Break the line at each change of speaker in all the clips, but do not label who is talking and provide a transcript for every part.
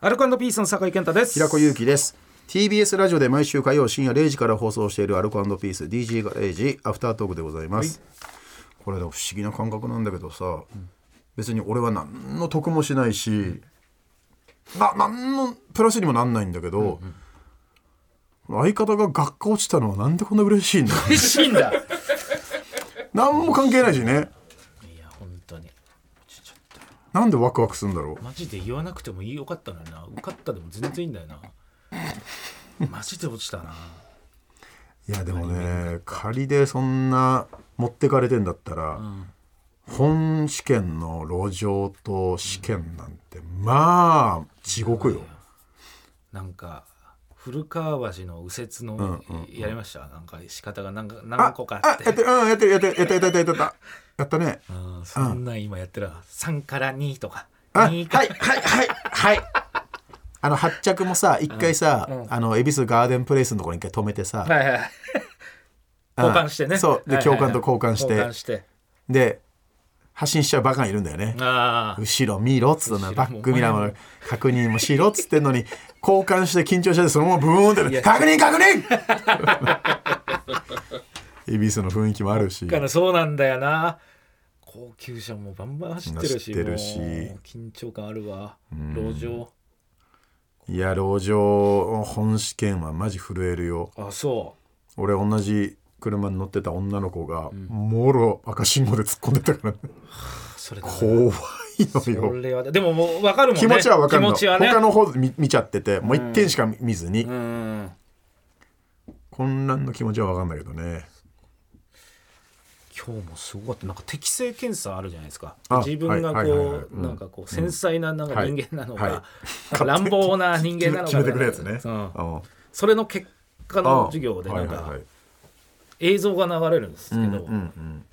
アルコピースの酒井健太です
平子祐希です TBS ラジオで毎週火曜深夜0時から放送しているアルコピース DG ガレージアフタートークでございます、これでも不思議な感覚なんだけどさ、別に俺は何の得もしないし、な何のプラスにもなんないんだけど、相方が学科落ちたのはなんでこんな嬉しいんだ
嬉しいんだ
何も関係ないしね
いや本当にちょちょっと
なんでワクワクするんだろう
マジで言わなくてもいいよかったのにな受かったでも全然いいんだよなマジで落ちたない
やでもね仮でそんな持ってかれてんだったら、本試験の路上と試験なんてまあ地獄よ、
なんか古川橋の右折のやりました、なんか仕方が何か
あ
何個かあ
あ
って
やってるうんやってるやってるやったやったやったやったやったね
うんそんなん今やってるわ3から2とか
あは
2
いは
か
いはいはいあの発着もさ一回さ、あの恵比寿ガーデンプレイスのところに一回止めてさ、
はいはい 交換してね
そうで
はいはいはい
教官と交換して
交換して
で発信しちゃうバカがいるんだよね、
ああ
後ろ見ろっつったの
後ろ
バックミラーも確認もしろっつってんのに交換して緊張してそのままブーンっ
い
て「
や
確認 確認! 」恵比寿の雰囲気もあるし
からそうなんだよな高級車もバンバン走ってるし
走ってるし
もう緊張感あるわ路上
いや籠城本試験はマジ震えるよ
あそ
俺同じ車に乗ってた女の子が、もろ赤信号で突っ込んでたからね
うそれだ
怖いの
そ
よ
れはでももう分かるもんね
気持ちは分かるの、
気持ちはね
他の方見見ちゃっててもう一点しか見見ずに、
うん
混乱の気持ちは分かんだけどね
今日もすごかったなんか適性検査あるじゃないですか
あ
自分が
はいはいはいはい
こ
う
うんなんかこう繊細ななんか
はい
人間なの
はい
かなんか 乱暴な人間なのか
決めてくるやつね、
うん
うん
それの結果の授業でなん
はいはい
か
はい
映像が流れるんですけ
うん
ど
うんうん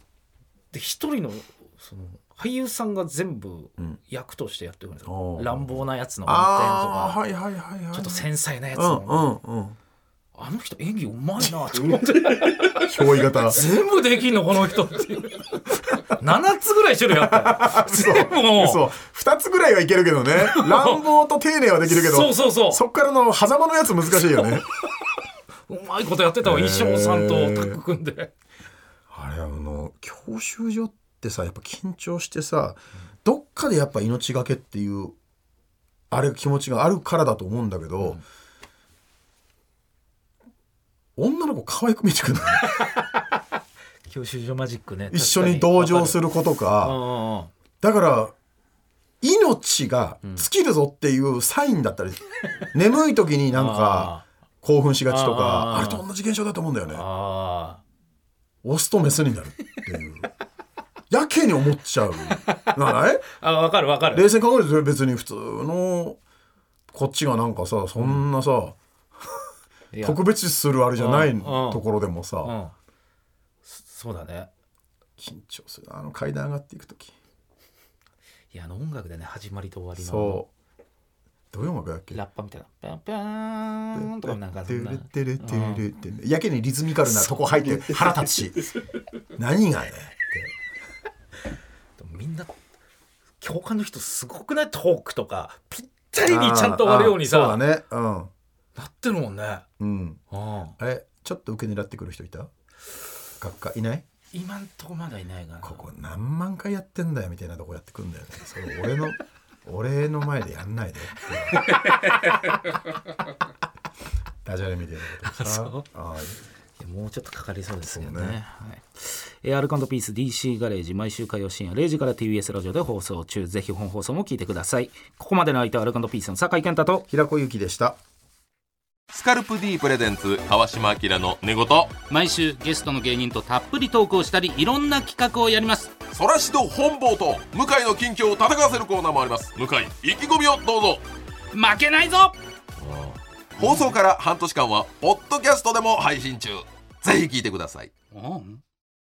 で一人のその俳優さんが全部
ん
役としてやってくるんですよ
おー
乱暴なやつの運転と
ああ
か
はいはいはいはい
ちょっと繊細なやつ
うん
の
うんうん
あの人演技うまいなと思って
憑依型
全部できんのこの人っていう7つぐらい種類あったよ全部もう
そう二つぐらいはいけるけどね乱暴と丁寧はできるけど
そうそうそう
そっからの狭間のやつ難しいよね
うまいことやってたわ、
へー
衣装さんとタッグ組んで。
あれあの教習所ってさやっぱ緊張してさどっかでやっぱ命がけっていうあれ気持ちがあるからだと思うんだけど、女の子可愛く見てくる
教習所マジックね。
一緒に同情す
る。
る子と
う
か
んうんうん
だから命が尽きるぞっていうサインだったり、眠い時になん
あ
か興奮しがちとか
あー
あれと同じ現象だと思うんだよね
ーあ
オスとメスになるっていうやけに思っちゃうない
ー。あ、わかるわかる。
冷静に考えると別に普通のこっちがなんかさそんなさ、
いや
特別視するあれじゃない
うんうん
ところでもさ、
うん。そそうだね。
緊張するあの階段上がっていく時
いや、あの音楽でね、始まりと終わりの。
そうどういう音楽だっけ
ラッパみたいな。ピャンピャーンとかなんかそんな。
てるてるてるってねやけにリズミカルなとこ入って腹立つし何がね
でもみんな、教官の人すごくないトークとか、ぴったりにちゃんと終わるように
あー
さ、
あ
な
ーそうだね
ってるもんね。
うんうん
うん。
あれちょっと受け狙ってくる人いた学科いない
今んとこまだいないかな。
ここ何万回やってんだよみたいなとこやってくんだよねそれ俺の 俺の前でやんないでダジャレみたいなこ と
あそう
あー
もうちょっとかかりそうですけど
そう
ね
ね
はいえーアルコピース DC ガレージ毎週火曜深夜0時から TBS ラジオで放送中ぜひ本放送も聞いてくださいここまでの相手はアルコピースの酒井健太と
平子ゆきでした
スカルプ D プレゼンツ川島明の寝言
毎週ゲストの芸人とたっぷりトークをしたりいろんな企画をやります
そらしど本坊と向井の近況を戦わせるコーナーもあります向井意気込みをどうぞ
負けないぞ
放送から半年間はポッドキャストでも配信中ぜひ聞いてください
うん